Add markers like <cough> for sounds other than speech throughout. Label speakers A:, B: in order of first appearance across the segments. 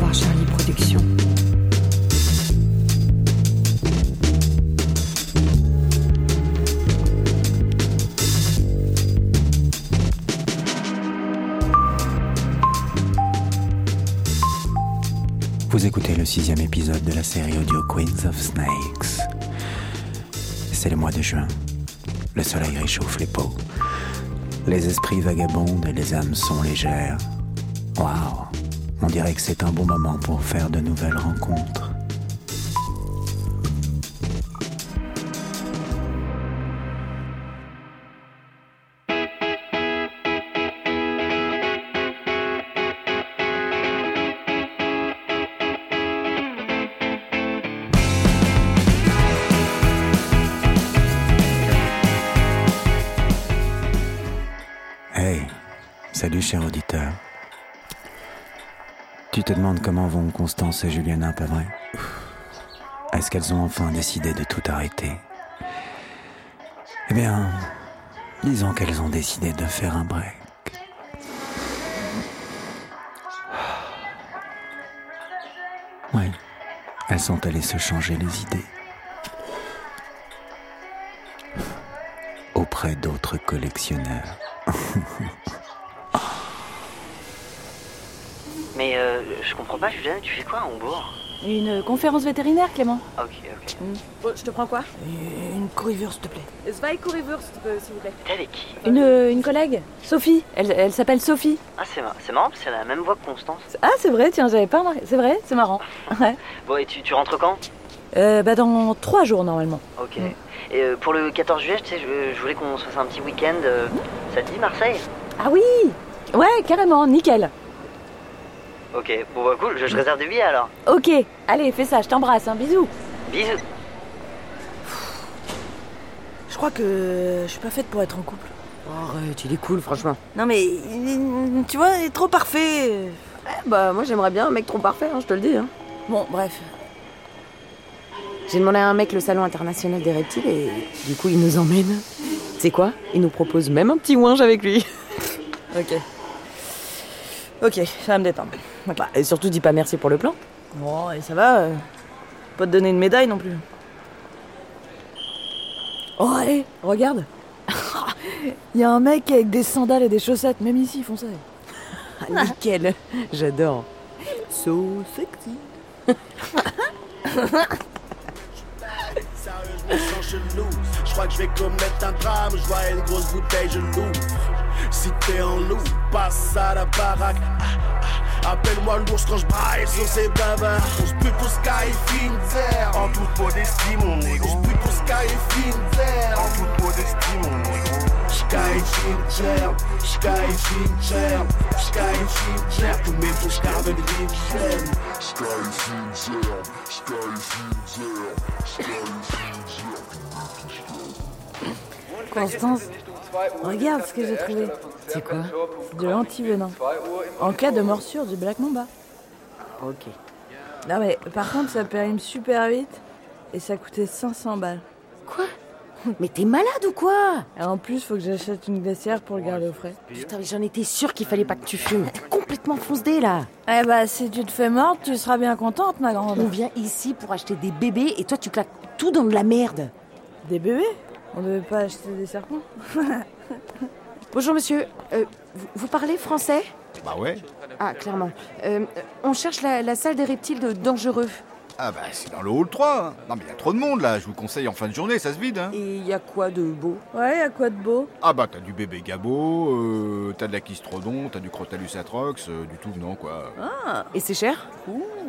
A: voir Charlie Productions.
B: Vous écoutez le sixième épisode de la série audio Queens of Snakes. C'est le mois de juin. Le soleil réchauffe les peaux. Les esprits vagabondent et les âmes sont légères. Waouh On dirait que c'est un bon moment pour faire de nouvelles rencontres. Hey Salut cher auditeur. Tu te demandes comment vont Constance et Juliana, pas vrai Est-ce qu'elles ont enfin décidé de tout arrêter Eh bien, disons qu'elles ont décidé de faire un break. Oui, elles sont allées se changer les idées. Auprès d'autres collectionneurs.
C: Mais euh, je comprends pas, Julien, tu fais quoi à Hambourg
D: Une conférence vétérinaire, Clément
C: Ok, ok.
E: Bon, Oh, je te prends quoi Euh,
D: Une couverture, s'il te plaît.
E: Zweikoriwurst, euh, s'il vous plaît.
C: T'es avec qui
D: Une, euh, une collègue Sophie. Elle, elle s'appelle Sophie.
C: Ah, c'est marrant, c'est marrant parce qu'elle a la même voix que Constance.
D: Ah, c'est vrai, tiens, j'avais pas remarqué. C'est vrai, c'est marrant. Ouais.
C: Bon, et tu, tu rentres quand
D: Euh, bah, dans trois jours, normalement.
C: Ok.
F: Mm.
C: Et euh, pour le 14 juillet, tu sais, je, je voulais qu'on se fasse un petit week-end. euh, ça te dit Marseille
D: Ah oui Ouais, carrément, nickel.
C: Ok, bon bah cool, je, je réserve des billets alors.
D: Ok, allez, fais ça, je t'embrasse, hein, un bisou.
C: Bisous
E: Je crois que je suis pas faite pour être en couple.
G: Arrête, il est cool, franchement.
E: Non mais, il- tu vois, il est trop parfait.
G: Eh bah, moi j'aimerais bien un mec trop parfait, hein, je te le dis. hein.
E: Bon, bref.
G: J'ai demandé à un mec le salon international des reptiles et du coup il nous emmène. C'est quoi Il nous propose même un petit ouinge avec lui.
E: Ok. Ok, ça va me détendre.
G: Bah, et surtout dis pas merci pour le plan.
E: Bon, et ça va euh, Pas te donner une médaille non plus.
H: Oh, allez, regarde. Il y a un mec avec des sandales et des chaussettes, même ici ils font ça.
G: Ah, nickel, j'adore. So sexy.
I: Sérieux, je me sens chelou. Je crois que je vais commettre un drame. Je vois une grosse bouteille, je l'ouvre. Si t'es en loup, passe à la baraque. Ah, ah. Appelle-moi l'ours quand je braille sur ces bavards. On se pue pour Sky et Finzer. En toute modestie, mon négro. On se pue pour Sky et Finzer. En toute modestie, mon négro. Sky Ginger, Sky Ginger, Sky Ginger. Tous mes bouches carmen rivière. Sky Ginger, Sky Ginger, Sky Ginger.
H: Constance, regarde ce que j'ai trouvé.
G: C'est quoi
H: De l'antivenin. En cas de morsure du Black Mamba.
G: Ok.
H: Non mais par contre ça périme super vite et ça coûtait 500 balles.
G: Mais t'es malade ou quoi
H: Et en plus faut que j'achète une glacière pour le garder au frais.
G: Putain, mais j'en étais sûre qu'il fallait pas que tu fumes. T'es complètement foncedé là.
H: Eh bah si tu te fais morte, tu seras bien contente ma
G: On
H: grande.
G: vient ici pour acheter des bébés et toi tu claques tout dans de la merde.
H: Des bébés On devait pas acheter des serpents
G: Bonjour monsieur, Euh, vous, vous parlez français
J: Bah ouais.
G: Ah, clairement. Euh, euh, on cherche la, la salle des reptiles de dangereux.
J: Ah bah c'est dans le hall 3. hein. Non mais il y a trop de monde là, je vous conseille en fin de journée, ça se vide. hein.
G: Et il y a quoi de beau
H: Ouais, à quoi de beau
J: Ah bah t'as du bébé gabo, euh, t'as de la chistrodon, t'as du crotalus atrox, euh, du tout venant quoi.
G: Ah. Et c'est cher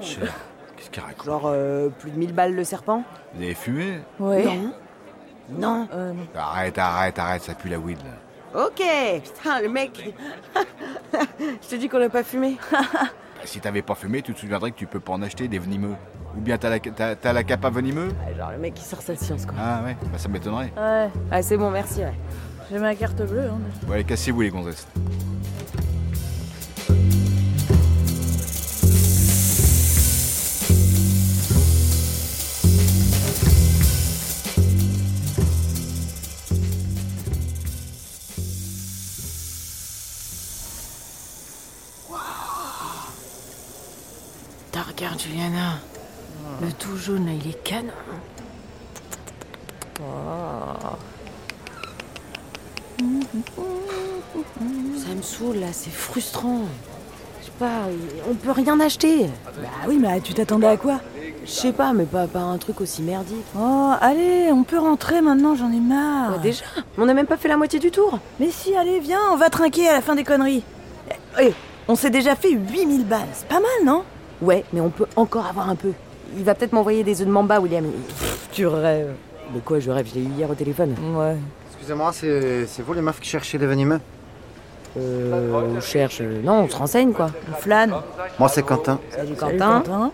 J: Cher. Qu'est-ce qu'il raconte
G: Genre euh, plus de 1000 balles le serpent
J: Vous avez fumé
H: Ouais.
G: Non. Non.
H: Euh, non.
J: Arrête, arrête, arrête, ça pue la weed là.
G: Ok, putain, le mec. Je te dis qu'on n'a pas fumé.
J: Bah, si t'avais pas fumé, tu te souviendrais que tu peux pas en acheter des venimeux. Ou bien t'as la, t'as, t'as la capa venimeux
G: Genre le mec qui sort sa science quoi.
J: Ah ouais, bah ça m'étonnerait.
H: Ouais,
G: Ah, c'est bon, merci, ouais.
H: j'ai ma carte bleue. Hein.
J: Bon allez, cassez-vous les gonzesses.
G: Putain,
F: Regarde, Juliana. Le tout jaune, là, il est canon. Ça me saoule, là, c'est frustrant. Je sais pas, on peut rien acheter.
G: Ah oui, mais tu t'attendais à quoi
F: Je sais pas, mais pas, pas un truc aussi merdique.
G: Oh, allez, on peut rentrer maintenant, j'en ai marre.
F: Bah, déjà, on n'a même pas fait la moitié du tour.
G: Mais si, allez, viens, on va trinquer à la fin des conneries. Eh, eh, on s'est déjà fait 8000 balles, c'est pas mal, non
F: Ouais, mais on peut encore avoir un peu. Il va peut-être m'envoyer des œufs de mamba, William.
G: Tu rêves.
F: De quoi je rêve Je l'ai eu hier au téléphone.
G: Ouais.
A: Excusez-moi, c'est c'est vous les meufs qui cherchez les venimeux
F: Euh, on cherche. euh, Non, on se renseigne, quoi.
G: On flâne.
A: Moi, c'est Quentin.
F: Salut,
G: Salut,
F: Quentin.
G: Quentin.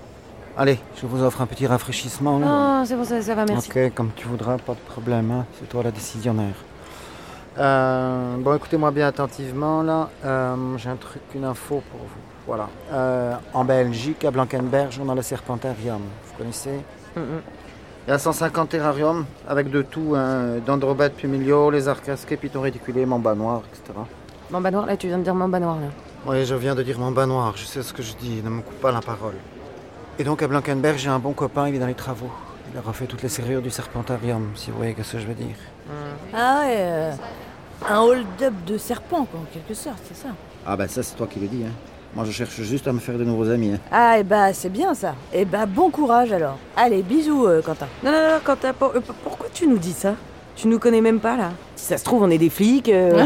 A: Allez, je vous offre un petit rafraîchissement. là.
F: Ah, c'est bon, ça, ça va, merci.
A: ok, comme tu voudras, pas de problème. hein. C'est toi la décisionnaire. Euh, bon, écoutez-moi bien attentivement là. Euh, J'ai un truc, une info pour vous. Voilà. Euh, en Belgique, à Blankenberge, on a le serpentarium. Vous connaissez
F: Mhm.
A: Il y a 150 terrariums avec de tout hein, dendrobates, pumilio, les arcasquets, pitons ridiculés, mamba noir, etc.
F: Mamba noir, là, tu viens de dire Mamba noir, là.
A: Oui, je viens de dire mon bas noir, je sais ce que je dis, ne me coupe pas la parole. Et donc à Blankenberg, j'ai un bon copain, il est dans les travaux. Il a refait toutes les serrures du serpentarium, si vous voyez ce que je veux dire.
G: Ah ouais, euh, un hold-up de serpent, quoi, en quelque sorte, c'est ça.
A: Ah ben ça, c'est toi qui le dis, hein. Moi, je cherche juste à me faire de nouveaux amis. hein.
G: Ah,
F: eh
G: et bah, c'est bien ça.
D: Eh
G: Et bah, bon courage alors. Allez, bisous, euh, Quentin.
F: Non, non, non, Quentin, pour- euh, pour- pourquoi tu nous dis ça Tu nous connais même pas, là. Si ça se trouve, on est des flics. <laughs> euh,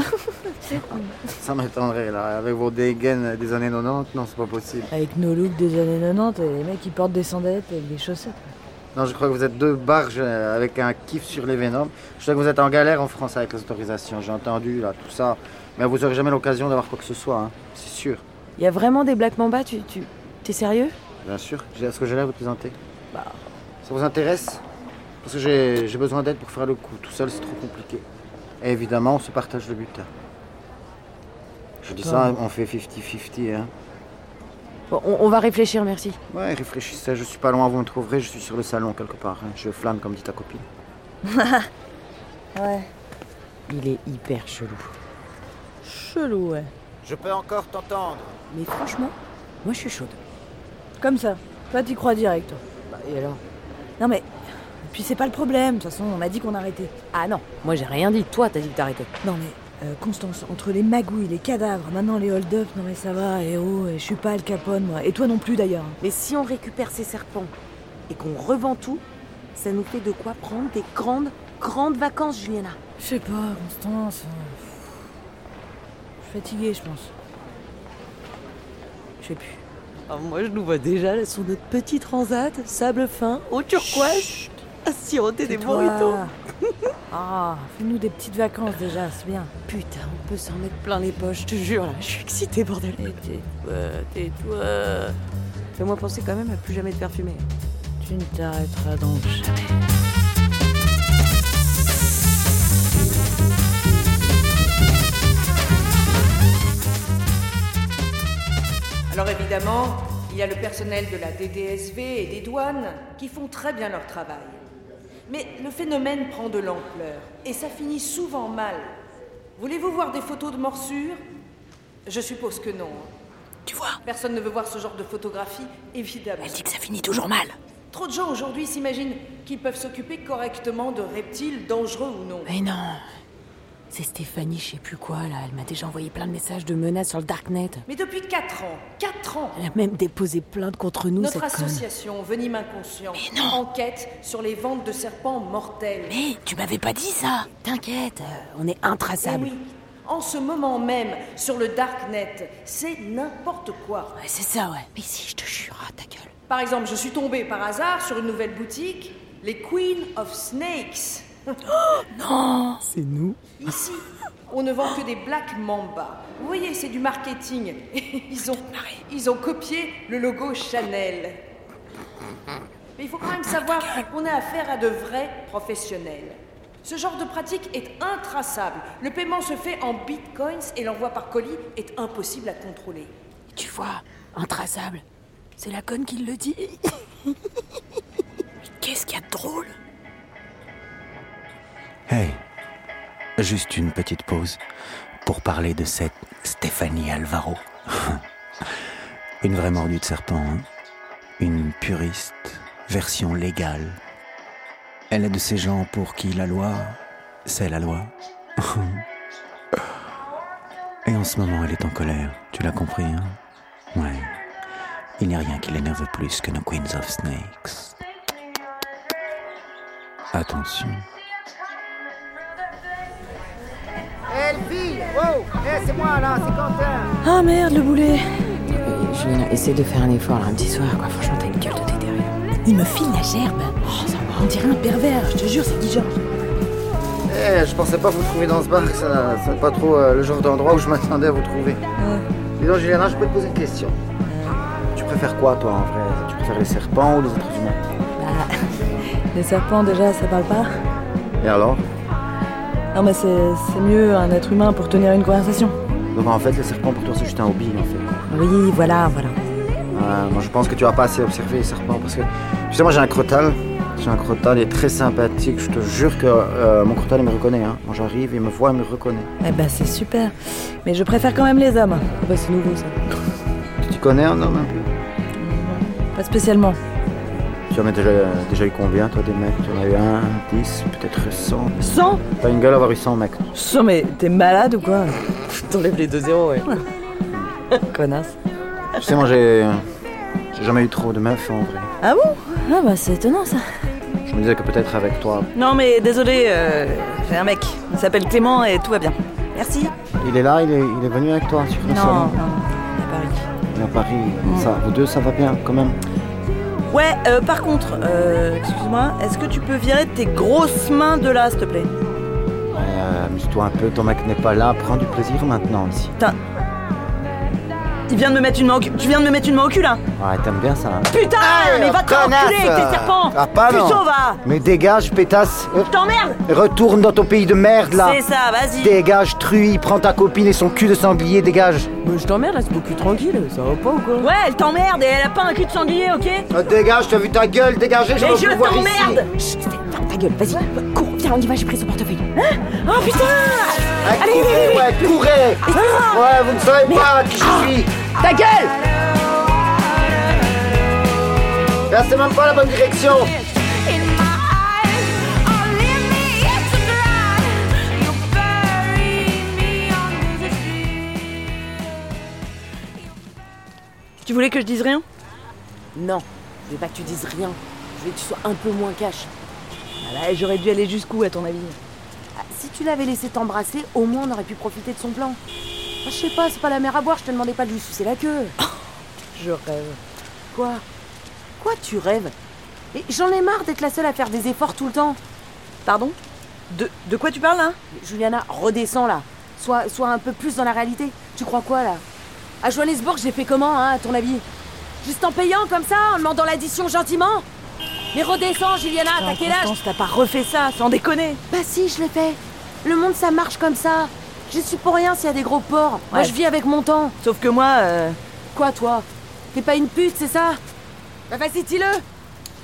A: Ça m'étonnerait, là, avec vos dégaines des années 90, non, c'est pas possible.
G: Avec nos looks des années 90, et les mecs qui portent des sandalettes avec des chaussettes.
A: Non, je crois que vous êtes deux barges euh, avec un kiff sur les Venoms. Je sais que vous êtes en galère en France avec les autorisations, j'ai entendu, là, tout ça. Mais vous aurez jamais l'occasion d'avoir quoi que ce soit, hein. c'est sûr.
F: Il y a vraiment des Black Mamba, tu... tu... T'es sérieux
A: Bien sûr. Bah. J'ai- Est-ce que j'ai l'air de vous présenter Ça vous intéresse Parce que j'ai j'ai besoin d'aide pour faire le coup. Tout seul, c'est trop compliqué. Et évidemment, on se partage le butin. Je dis ça, on fait 50-50. Hein.
F: Bon, on, on va réfléchir, merci.
A: Ouais, réfléchissez, je suis pas loin, vous me trouverez, je suis sur le salon quelque part. hein. Je flâne comme dit ta copine.
F: Il est hyper chelou.
G: Chelou, ouais.
A: Je peux encore t'entendre.
F: Mais franchement, moi, je suis chaude.
G: Comme ça. Toi, t'y crois direct, toi.
F: Bah, et alors
G: Non, mais. Et puis, c'est pas le problème. De toute façon, on a dit qu'on arrêtait.
F: Ah non, moi, j'ai rien dit. Toi, t'as dit que t'arrêtais.
G: Non, mais. euh, Constance, entre les magouilles, les cadavres, maintenant les hold-up, non mais ça va, et oh, et je suis pas Al Capone moi, et toi non plus d'ailleurs.
F: Mais si on récupère ces serpents et qu'on revend tout, ça nous fait de quoi prendre des grandes, grandes vacances, Juliana.
G: Je sais pas, Constance.
F: hein.
G: euh, Je suis fatiguée, je pense.
F: Je sais plus. moi, je nous vois déjà là, sur notre petit transat, sable fin, au turquoise,
G: Ah,
F: à siroter des
G: Tais-toi.
F: burritos.
G: <laughs> Ah, fais-nous des petites vacances déjà, c'est bien.
F: Putain, on peut s'en mettre plein les poches, je te jure, là, je suis excitée, bordel.
G: Tais-toi, tais-toi.
F: Fais-moi penser quand même à plus jamais te faire fumer.
G: Tu ne t'arrêteras donc jamais.
D: Alors évidemment, il y a le personnel de la DDSV et des douanes qui font très bien leur travail. Mais le phénomène prend de l'ampleur et ça finit souvent mal. Voulez-vous voir des photos de morsures Je suppose que non. hein.
G: Tu vois,
D: Personne ne veut voir ce genre de photographie, évidemment.
G: elle dit que ça finit toujours mal.
D: Trop de gens aujourd'hui s'imaginent qu'ils peuvent s'occuper correctement de reptiles dangereux ou non.
F: Mais non C'est Stéphanie, je sais plus quoi, là, elle m'a déjà envoyé plein de messages de menaces sur le Darknet.
D: Mais depuis 4 ans, 4 ans,
F: Elle a même déposé plainte contre nous,
D: Notre
F: cette conne.
D: association Venime Inconscient enquête sur les ventes de serpents mortels.
F: Hé, tu m'avais pas dit ça T'inquiète, euh, on est
D: Eh
F: intraçable.
D: oui, en ce moment même, sur le Darknet, c'est n'importe quoi.
F: Ouais, c'est ça, ouais. Mais si, je te jure, ah, ta gueule.
D: Par exemple, je suis tombée par hasard sur une nouvelle boutique, les Queen
H: <gasps>
D: of Snakes.
F: C'est nous
D: Ici, on ne vend que des Black Mamba. Vous voyez, c'est du marketing. <laughs> Ils ont, ils ont copié le logo Chanel. Mais il faut quand même savoir qu'on a affaire à de vrais professionnels. Ce genre de pratique est intraçable. Le paiement se fait en bitcoins et l'envoi par colis est impossible à contrôler.
F: Tu vois, intraçable. C'est la conne qui le dit. Qu'est-ce qu'il y a de drôle
B: Hey, juste une petite pause pour parler de cette <laughs> Stéphanie Alvaro. une vraie mordue de serpent, hein. une puriste, version légale. Elle est de ces gens pour qui la loi, c'est la loi. <laughs> Et en ce moment, elle est en colère. Tu l'as compris, hein Ouais. Il n'y a rien qui l'énerve plus que nos Queens of Snakes. Attention.
K: Elle fille Wow Eh, c'est moi là, c'est Quentin
G: Ah merde, le boulet Julien, essaie de faire un effort là, un petit soir, quoi. Franchement, t'as une gueule de déterré.
H: Il me file la gerbe. Oh, ça va. On dirait un pervers, je te jure, c'est du genre.
A: Eh, je pensais pas vous trouver dans ce bar, ça- c'est pas trop euh, le genre d'endroit où je m'attendais à vous trouver. Dis donc, Juliana, je peux te poser une question. Tu préfères quoi, toi, en vrai Tu préfères les serpents ou les êtres humains
D: Bah, les serpents, déjà, ça parle pas.
A: Et alors
D: Non, mais c'est c'est mieux un être humain pour tenir une conversation.
A: Donc, en fait, les serpents, pour toi, c'est juste un hobby, en fait.
D: Oui, voilà, voilà.
A: Euh, moi, je pense que tu as pas assez observé les serpents parce que, tu sais, moi, j'ai un crotal. J'ai un crotal, il est très sympathique. Je te jure que euh, mon crotal, il me reconnaît. hein. Quand j'arrive, il me voit, il me reconnaît.
D: Eh ben, c'est super. Mais je préfère quand même les hommes. bah, c'est nouveau, ça.
A: Tu connais un homme un peu
D: Pas spécialement.
A: Tu en as déjà, déjà eu combien, toi, des mecs Tu en as eu un, dix, peut-être cent
D: 100
A: T'as une gueule à avoir eu cent mecs.
D: 100, mais t'es malade ou <laughs> quoi
G: T'enlèves les 2-0, ouais.
D: <laughs> Connasse.
A: Tu sais, moi, j'ai j'ai jamais eu trop de meufs, en vrai.
D: Ah bon Ah bah, c'est étonnant, ça.
A: Je me disais que peut-être avec toi,
D: Non, mais désolé, euh, j'ai un mec. Il s'appelle Clément et tout va bien. Merci.
A: Il est là, il est, il est venu avec toi sur le
D: Non,
A: salon
D: non, à Paris.
A: Il est à Paris.
D: Mm.
A: Ça, vous deux, ça va bien quand même.
D: Ouais, euh, par contre, euh, excuse-moi, est-ce que tu peux virer tes grosses mains de là, s'il te plaît
A: Euh, Amuse-toi un peu, ton mec n'est pas là. Prends du plaisir maintenant ici.
D: Putain. Il vient de me mettre une main au cul. Tu viens de me mettre une main au cul, là
A: Ouais, t'aimes bien ça. hein
D: Putain,
A: Hey,
D: Ah, mais va te faire
A: connasse
D: enculer avec tes serpents hein.
A: Ah, pas
D: Puceau,
A: non
D: va
A: Mais dégage, pétasse Je
D: t'emmerde
A: Retourne dans ton pays de merde, là
D: C'est ça, vas-y.
A: Dégage, truie, prends ta copine et son cul de sanglier, dégage
G: Mais je t'emmerde, là, c'est beaucoup tranquille, ça va pas ou quoi
D: Ouais, elle t'emmerde et elle a pas un cul de sanglier, ok
A: Euh, Dégage, t'as vu ta gueule, dégagez, je
D: Mais
A: veux
D: je
A: vous voir ici.
D: t'emmerde
G: Chut, ferme ta gueule, vas-y, cours, viens, on y va, j'ai pris son portefeuille.
D: Hein Oh putain
A: Ouais, courez, ouais, courez Ouais, vous ne savez pas qui je suis
G: Ah. Ta gueule
A: Là, c'est même pas la bonne direction
D: Tu voulais que je dise rien
G: Non, je veux pas que tu dises rien. Je veux que tu sois un peu moins cash.
D: Ah Là, j'aurais dû aller jusqu'où, à ton avis
G: Ah, Si tu l'avais laissé t'embrasser, au moins on aurait pu profiter de son plan. Ah, Je sais pas, c'est pas la mer à boire, je te demandais pas de lui sucer la queue.
D: <laughs> Je rêve.
G: Quoi Quoi tu rêves Mais j'en ai marre d'être la seule à faire des efforts tout le temps.
D: Pardon de, de quoi tu parles, là
G: Juliana, redescends là. Sois, sois un peu plus dans la réalité. Tu crois quoi là À Johannesburg, j'ai fait comment, hein, à ton avis Juste en payant comme ça, en demandant l'addition gentiment Mais redescends, Juliana, t'as quel âge
D: Constance, t'as pas refait ça, sans déconner
G: Bah si, je l'ai fait. Le monde, ça marche comme ça. Je suis pour rien s'il y a des gros porcs. Moi,
D: Ouais.
G: je vis avec mon temps.
D: Sauf que moi, euh,
G: Quoi, toi T'es pas une pute, c'est ça Bah vas-y, dis-le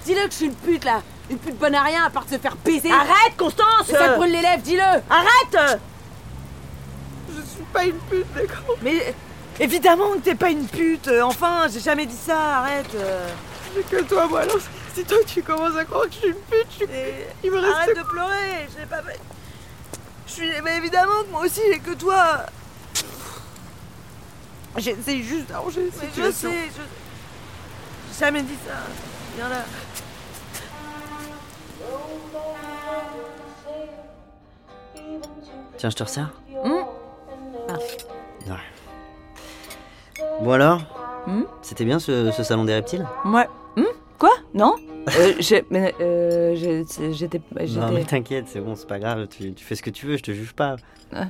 G: Dis-le que je suis une pute, là Une pute bonne à rien, à part de se faire baiser
D: Arrête, euh. Constance
G: Mais Ça te brûle les lèvres, dis-le
D: Arrête Je suis pas une pute, d'accord Mais euh, évidemment que t'es pas une pute euh, Enfin, j'ai jamais dit ça, arrête euh. J'ai que toi, moi, alors si toi tu commences à croire que je suis une pute, Il me reste... Arrête de pleurer, j'ai pas fait... Je suis... Mais évidemment que moi aussi, j'ai que toi J'essaie juste d'arranger les je sais, je... J'ai jamais dit ça Viens là
C: Tiens, je te resserre. Ouais. Bon alors
D: Hmm
C: C'était bien ce, ce salon des reptiles
D: Ouais. Hum Quoi Non euh, j'ai- mais, euh, j'ai- c'est- J'étais.
C: Non
D: j'étais-
C: mais t'inquiète, c'est bon, c'est pas grave, tu, tu fais ce que tu veux, je te juge pas.
D: Ouais.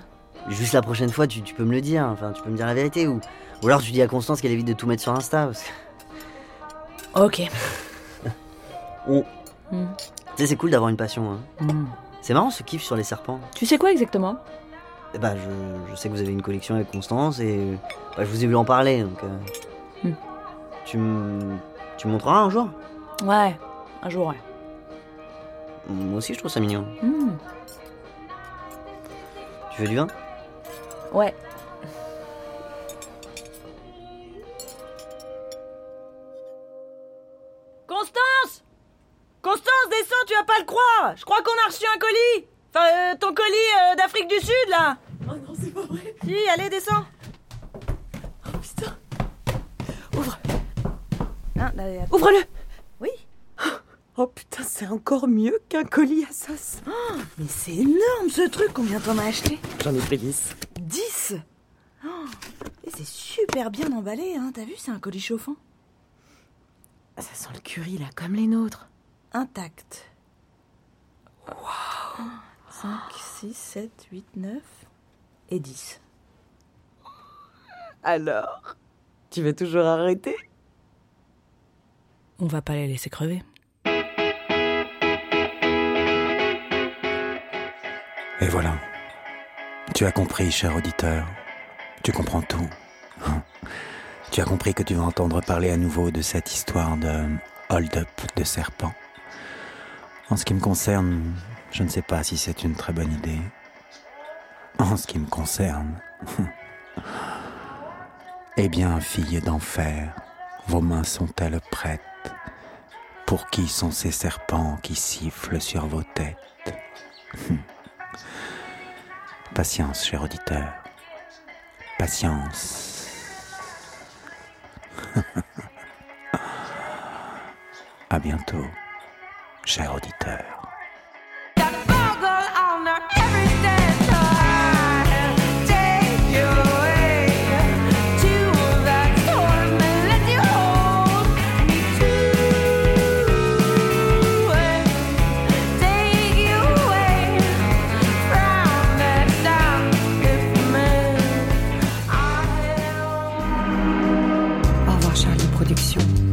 C: Juste la prochaine fois, tu, tu peux me le dire, enfin, tu peux me dire la vérité, ou, ou alors tu dis à Constance qu'elle évite de tout mettre sur Insta, parce que...
D: Ok.
C: Oh.
D: Hmm.
C: Tu sais, c'est cool d'avoir une passion, hein.
D: Hmm.
C: C'est marrant ce kiff sur les serpents.
D: Tu sais quoi exactement
C: Eh ben, je, je sais que vous avez une collection avec Constance, et euh, bah, je vous ai vu en parler, donc... euh,
D: Hmm.
C: Tu me... Tu me montreras un jour
D: Ouais, un jour, ouais.
C: Moi aussi, je trouve ça mignon.
D: Hmm.
C: Tu veux du vin
D: Ouais.
L: Constance Constance, descends, tu vas pas le croire Je crois qu'on a reçu un colis Enfin, euh, ton colis euh, d'Afrique du Sud, là Oh non, c'est pas vrai Si, allez, descends
F: Ouvre-le
L: Oui
F: Oh putain, c'est encore mieux qu'un colis à sauce.
M: Mais c'est énorme ce truc, combien t'en as acheté
F: J'en ai pris 10.
M: 10 Oh, et C'est super bien emballé, hein, t'as vu, c'est un colis chauffant.
F: Ça sent le curry là, comme les nôtres.
M: Intact. Waouh 5, 6, 7, 8, 9 et 10.
F: Alors Tu veux toujours arrêter
M: On va pas les laisser crever.
B: Et voilà. Tu as compris, cher auditeur. Tu comprends tout. hein. Tu as compris que tu vas entendre parler à nouveau de cette histoire de hold-up de serpent. En ce qui me concerne, je ne sais pas si c'est une très bonne idée. En ce qui me concerne. <laughs> eh bien, fille d'enfer, vos mains sont-elles prêtes Pour qui sont ces serpents qui sifflent sur vos têtes Hum. Patience, cher auditeur. Patience. <laughs> à bientôt, cher auditeur.
D: Au revoir Charlie Productions.